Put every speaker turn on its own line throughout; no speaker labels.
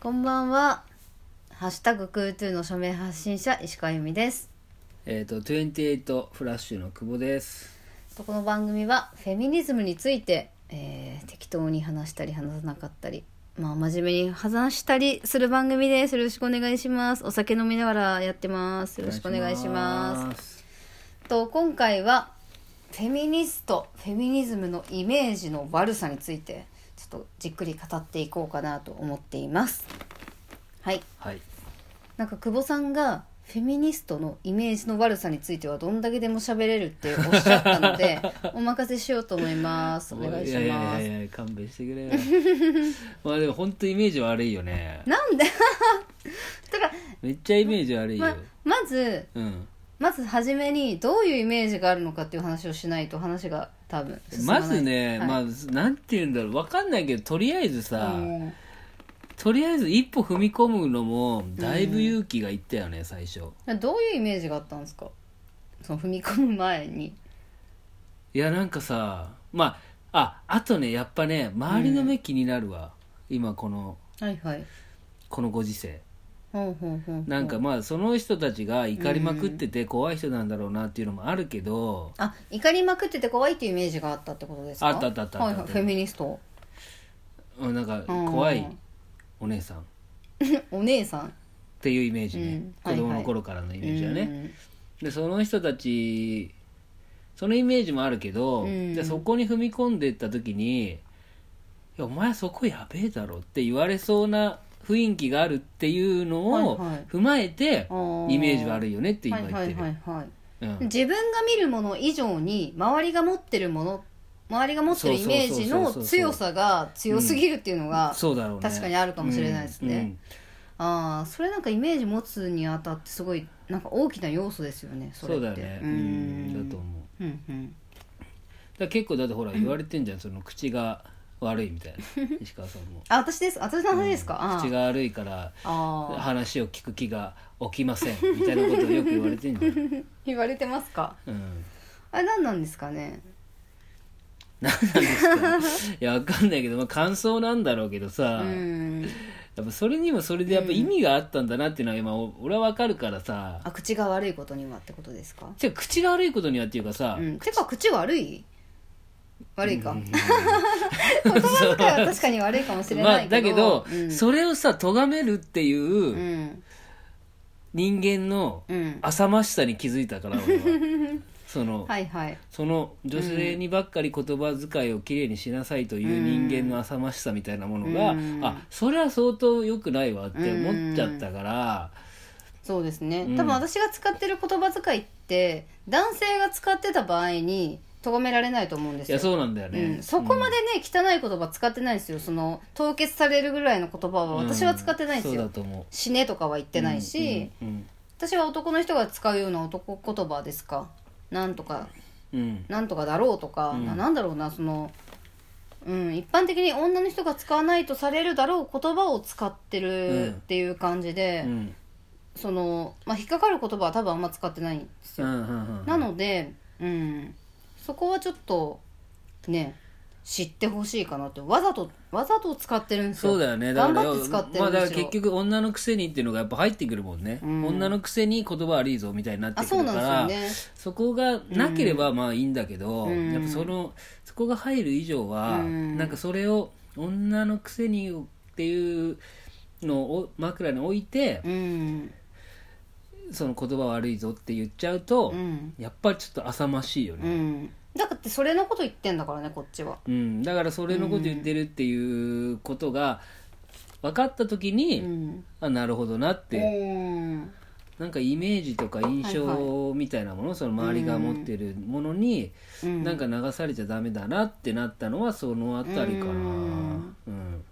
こんばんは。ハッシュタグクートゥーの署名発信者石川由美です。
えっ、ー、と、28フラッシュの久保です。
とこの番組はフェミニズムについて、えー適当に話したり話さなかったり、まあ真面目に話したりする番組です。よろしくお願いします。お酒飲みながらやってます。よろしくお願いします。
す。
と今回はフェミニストフェミニズムのイメージの悪さについてちょっとじっくり語っていこうかなと思っていますはい
はい。
なんか久保さんがフェミニストのイメージの悪さについてはどんだけでも喋れるっておっしゃったので お任せしようと思いますお願いし
やい
ま
や
す
いやいや、勘弁してくれよ。 まあでも本当イメージ悪いよね。
なんでだから
めっちゃイメージ悪いよ。
ままず
うん。
まず初めにどういうイメージがあるのかっていう話をしないと話が多分進まな
ま
い
ずね、
はい
まあ、なんて言うんだろう、わかんないけど、とりあえずさ、
うん
とりあえず一歩踏み込むのも、だいぶ勇気がいったよね、最初。
どういうイメージがあったんですかその踏み込む前に
いや、なんかさ、まあ、あ、あとね、やっぱね、周りの目気になるわ。今、この、
はいはい
このご時世。
ほうほうほうほう
なんかまあその人たちが怒りまくってて怖い人なんだろうなっていうのもあるけど、
あ怒りまくってて怖いっていうイメージがあったってことですか
あったあったあったあった
はいはいフェミニスト
うんなんか怖いお姉さんっ
うんお姉さん
ていうイメージね、
うんはいはい
子供の頃からのイメージはね、でその人たちそのイメージもあるけど、
うん
でそこに踏み込んでいった時に「いやお前そこやべえだろ」って言われそうな雰囲気があるっていうのを
はいはい
踏まえて、イメージ悪
いっ
いよねって
て
今言って
はい
る
はいはいはい
うん
自分が見るもの以上に周りが持ってるもの周りが持ってるイメージ
そ
の
うそうそうそうそう
強さが強すぎるっていうのが、
そうだろうね
確かにあるかもしれないですね
うんうん
ああそれなんかイメージ持つにあたってすごいなんか大きな要素ですよねそ
そ
れっ
う
て
だよね
う
うんんだと思う
うんうん
だから結構だってほら言われてんじゃん、その口が悪いみ たいな石川さんも
あ私です私の話ですか、ああ
口が悪いから
ああ
話を聞く気が起きませんみたいなことをよく言われてんじゃ ん、
言われてますか
うん、
あれ何なんですかね
何なんですかいやわかんないけど、まあ、感想なんだろうけど
う
さ、
ん
やっぱそれにもそれでやっぱ意味があったんだなっていうのは今お俺はわかるからさ
あ口が悪いことにはってことですか
てか口が悪いことにはっていうかさ、
うんてか口悪い悪いか、
うん
言葉遣いは確かに悪いかもしれ
ま
な
あ
い
だ
け
け
ど、
ど、
うん、
それをさ咎めるって
う
いうん人間の
うん
浅ましさに気づいたから俺は その、
はいはい
その女性にばっかり言葉遣いをきれいにしなさいという人間の浅ましさみたいなものが、
うん
あそれは相当良くないわって思っちゃったから、
そうですね、
うん
多分私が使ってる言葉遣いって男性が使ってた場合に咎められないと思うんです
い
よ
やそうなんだよね、
うん、そこまでね、汚い言葉使ってないですよその凍結されるぐらいの言葉は
うん
私は使ってないですよ、
そうだと思う
死ねとかは言ってないし、、
うんうん
私は男の人が使うような男言葉ですかなんとか
うんうん
なんとかだろうとか、
うん
ななんだろうなその、うん、一般的に女の人が使わないとされるだろう言葉を使ってるっていう感じで、
うん
その、まあ、引っかかる言葉は多分あんま使ってないんです
う
よ、
んうんうん
なので、うん、そこはちょっとね知ってほしいかなってわざとわざと使ってるんですよ
そうだよね
頑張って使ってる
まあ
ん
だ
で
から
すよ、
結局女のくせにっていうのがやっぱ入ってくるもんね、
うん
女のくせに言葉悪いぞみたいになって
あ
く
そう
るから
なんです
そこがなければまあいいんだけど、
うん
やっぱそのそこが入る以上は、
うん
なんかそれを女のくせにっていうのを枕に置いて
よ、ね
その言葉悪いぞって言っちゃうと、
うんうん
やっぱりちょっと浅ましいよ
う
ね、
んだってそれのこと言ってんだからねこっちは
うんだからそれのこと言ってるっていうことが分かった時に、
うん
あなるほどなって、
うん
なんかイメージとか印象みたいなもの、その周りが持ってるものに、
うん
なんか流されちゃダメだなってなったのはそのあたりかな
う
うんん、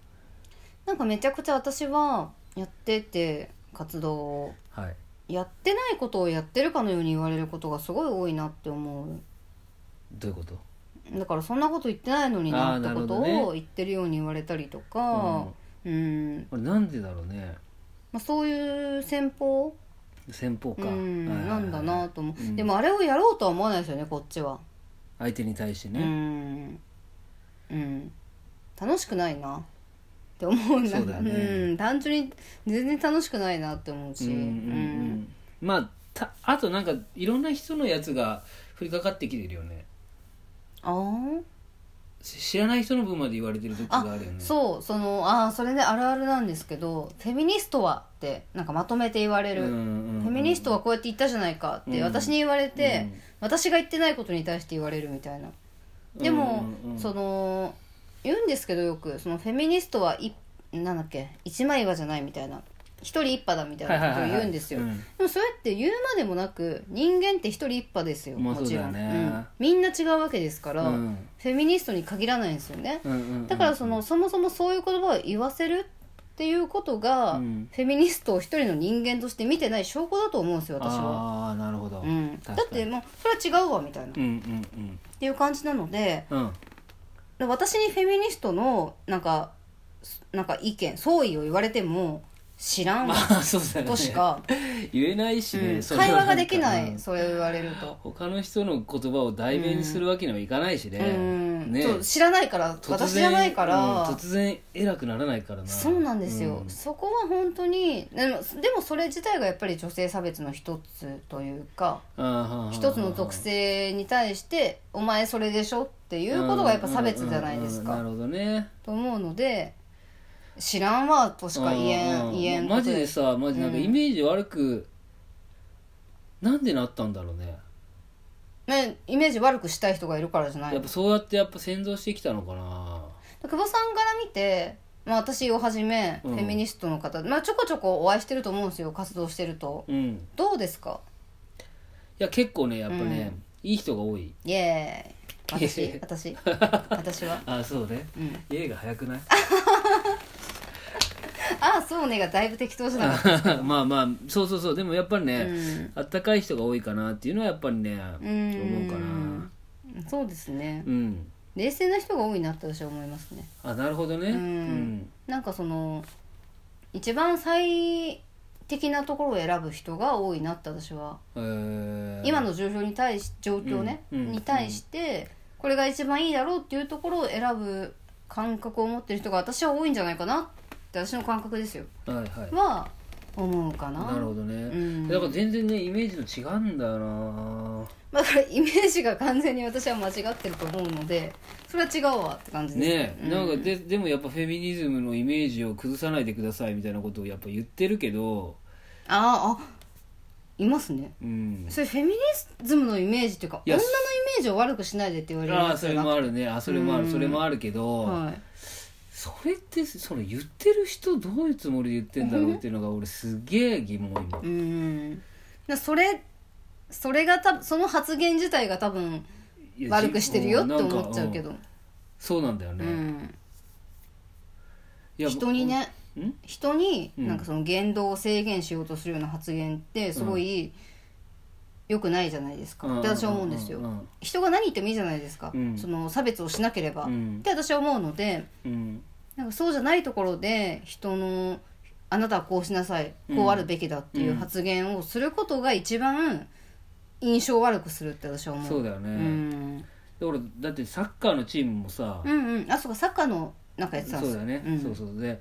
なんかめちゃくちゃ私はやってて活動を
はい
やってないことをやってるかのように言われることがすごい多いなって思う
どういうこと
だからそんなこと言ってないのにな
あー
って
なる
こ
ほ
と
どね
を言ってるように言われたりとか、うん
これなんでだろうね
まあ、そういう戦法、
先方
うん、
か、はいはいはい
なんだなと思う、
うん
でもあれをやろうとは思わないですよねこっちは、
相手に対して
う
ね、
ん、うん、楽しくないなって思うな
そうだね
うん、単純に全然楽しくないなって思うし、
うんうんうんまあたあとなんかいろんな人のやつが降りかかってきてるよね
うん
し知らない人の分まで言われてる時
あ
があるよね
あそうそのあーそれであるあるなんですけどフェミニストはってなんかまとめて言われる、
うんうんうん
フェミニストはこうやって言ったじゃないかって
うん
私に言われて、
うん
私が言ってないことに対して言われるみたいなでも、
うんうんうん
その言うんですけどよくそのフェミニストはいなんだっけ一枚岩じゃないみたいな一人一派だみたいなことを言うんですよ、
はいはいはい
でもそうやって言うまでもなく人間って一人一派ですよ、
まあ
もちろん、
そうだね
うんみんな違うわけですから、
うん
フェミニストに限らないんですよね、
うんうんうん
だからそのそもそもそういう言葉を言わせるっていうことが、
うん
フェミニストを一人の人間として見てない証拠だと思うんですよ私は。
ああなるほど、
うん、だ
確
っ
か
て
に
もうそれは違うわみたいな、
う
っ
んうん
ていう感じなので
うんうん
私にフェミニストのなんかなんか意見相違を言われても知らん
ま
わ
あそうだね
としか、
言えないし ね、
うん
それは
会話ができな
うん
いそれを言われると、
他の人の言葉を代弁するわけにはいかないしね、
うん
ね
そう知らないから
突然
私じゃないから、
うん突然偉くならないからな
そうなんですよ、
うん
そこは本当にでもでもそれ自体がやっぱり女性差別の一つというか
あーはーはーはー
一つの特性に対して「お前それでしょ」っていうことがやっぱ差別じゃないです
うん
か
うんうんうんなるほどね
と思うので「知らんわ」としか言え
うんうん
ん言えん
マジで
こ
さマジなんか
うん
イメージ悪く、なんでなったんだろうね
とでねイメージ悪くしたい人がいるからじゃない
やっぱそうやってやっぱ先導してきたのかな
久保さんから見て、まあ、私をはじめフ
うん
ェミニストの方、まあ、ちょこちょこお会いしてると思うんですよ活動してると
うん
どうですか
いや結構ねやっぱね、いい人が多い
イエーイ
イエー
私
イ
私私は
あそうね
うん
家が早くない
ああそうねがだいぶ適当じゃなかっ
まあまあそうそうそうでもやっぱり
た、う
ね、
ん、
あったかい人が多いかなっていうのはやっぱりね、
うん
思うかな
そうですね
うん
冷静な人が多いなって私は思いますね
あなるほどねう
うん
ん
なんかその一番最適なところを選ぶ人が多いなって私は、
えー
今の状況に対し状況ね、
うんうん
に対して、これが一番いいだろうっていうところを選ぶ感覚を持ってる人が私は多いんじゃないかなって私の感覚ですよ
はいはい
は思うかな
なるほどね、
ん
だから全然ねイメージと違うんだよな
まあだからイメージが完全に私は間違ってると思うのでそれは違うわって感じです
ね
うん
なんかででもやっぱフェミニズムのイメージを崩さないでくださいみたいなことをやっぱ言ってるけど
あーあいますね
うん
それフェミニズムのイメージっていうか
い
女
や
のイメージを悪くしないでって言われる
あ
や
あ
つ
それ
が
もあるねあそれもある、
うん
それもあるけど、
はい
それってその言ってる人どういうつもりで言ってんだろうっていうのが俺すげえ疑問今
うーんだそれそれがたその発言自体が多分
いや
悪くしてるよって
なんか
思っちゃうけど
んそうなんだよ
う
ね、
ん
いや
人にね
ん
人に
うん
なんかその言動を制限しようとするような発言ってすごい良くないじゃないですかって私は思うんですよ
ん
人が何言ってもいいじゃないですか、
うん
その差別をしなければ、
う
っ
ん
て私は思うので
うん
なんかそうじゃないところで人の「あなたはこうしなさいこうあるべきだ」っていう発言をすることが一番印象悪くするって私は思う
そうだよね、
うん、
で俺だってサッカーのチームもさ、
うんうんあそうかサッカーのなんかやってたん
そ
で
う
す
だね、
ん
そうそうで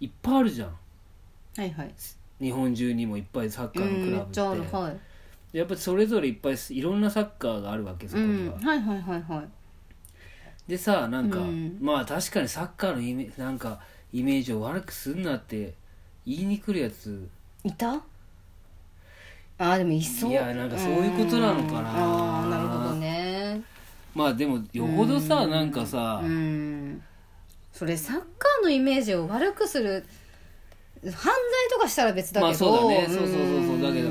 いっぱいあるじゃん
はいはい
日本中にもいっぱいサッカ
う
ーの
ん
ク
め
ラ
っ
ブっ
ち
て、
ゃあるはい、
やっぱりそれぞれいっぱいいろんなサッカーがあるわけそこ
う
に
ん、
は、
はいはいはいはい
でさなんか、
うん
まあ確かにサッカーのイメなんかイメージを悪くすんなって言いに来るやつ
いたあーでもいそう
い
い
やなんかそういうことなのかな
あーなるほどね
まあでもよほどさ、なんかさ、
うんそれサッカーのイメージを悪くする犯罪とかしたら別だけど
まあそうだねそうそうそうそうんだけど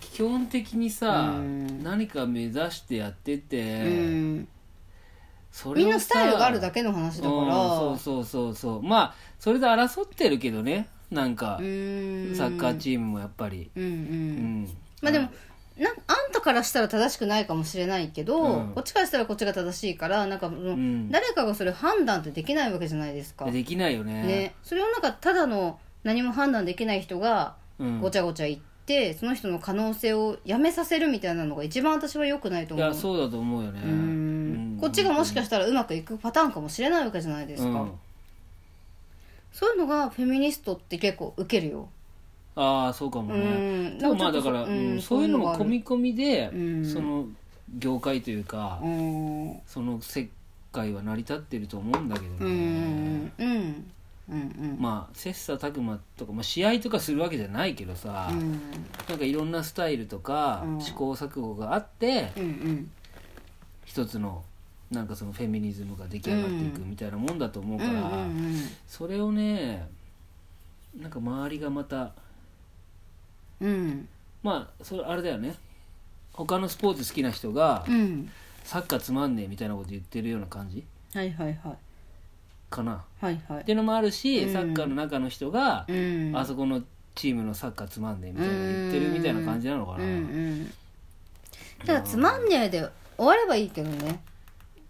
基本的にさ、
うん
何か目指してやって
う
て、
ん
そ
みんなスタイルがあるだ
け
けの話だから
うんそうそうそうそうまあそれで争ってるけどねなんか、
うん
サッカーチームもやっぱり、
うんう
うんん、
まあでもなんかあんたからしたら正しくないかもしれないけど、
うん
こっちからしたらこっちが正しいからなんかもう、
ん
誰かがそれ判断ってできないわけじゃないですか、
できないよね
ね、それをなんかただの何も判断できない人が
うん、
ごちゃごちゃ言ってその人の可能性をやめさせるみたいなのが一番私は良くないと
い
思う
やそうだと思うよね
うーんこっちがもしかしたらうまくいくパターンかもしれないわけじゃないですか、
うん
そういうのがフェミニストって結構受けるよ
ああそうかも
う
ね
ん
でもまあ
で
だ
もちょ
か
っと
ら、
そううんん
そうい
そういう
うの
のがあ
も
る
込み込みで、
うん
その業界というか、
うんうん
その世界は成り立ってると思うんだけどね、
うんうんうん
まあ切磋琢磨とか、まあ、試合とかするわけじゃないけどさ、
うん
なんかいろんなスタイルとか、
うん
試行錯誤があって
うんうん
一つのなんかそのフェミニズムが出来上がっていくみたいなもんだと思う
うんう
から、
ん
それをねなんか周りがまた
うん
まあそれあれだよね他のスポーツ好きな人が、
うん
サッカーつまんねえみたいなこと言ってるような感じ
はいはいはい
かな
はいは
って
い
いうのもあるし、
うん
サッカーの中の人が、
うん
あそこのチームのサッカーつまんねえみたいな言ってるみたいな感じなのかな、
うんうんただつまんねえで終わればいいけどね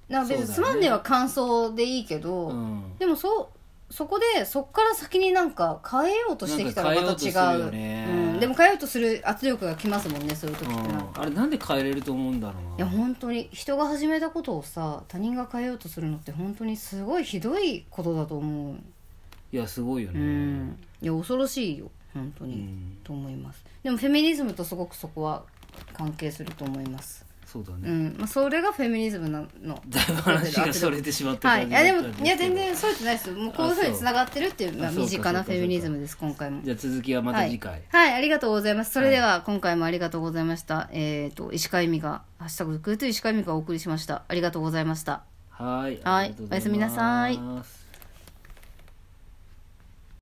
なんか別に
そ
つ
うだね
まんねえは感想でいいけど、
うん
でもそうそこでそこから先になんか変えようとしてきたら
なんか
また
変
違
えようとす
う
るよね
うん、でも変えようとする圧力がきますもんねそういう時ってなんか、
あれなんで変えれると思うんだろう
いや
な
本当に人が始めたことをさ他人が変えようとするのって本当にすごいひどいことだと思う
いやすごいよ
う
ね、
んいや恐ろしいよ本当
う
に、
ん
と思いますでもフェミニズムとすごくそこは関係すると思います
そうだ
う
ね、
んまあ、それがフェミニズムなの
だいぶ話がそれてしまった
はい
感
い
じ
やで
だったん
も
すけど
いや全然そうじゃないですよもうこういうふう
あそ
に
う
つながってるっていう、まあ、
あそうか
身近な
そうか
フェミニズムです今回も
じゃあ続きはまた次回、
はい、はい、ありがとうございますそれでは今回もありがとうございました、えっ、と石川由美が「ハッシュタググートゥ石川由美がお送りしましたありがとうございました
はい
はい
ありがとうござ
おやすみなさい
ます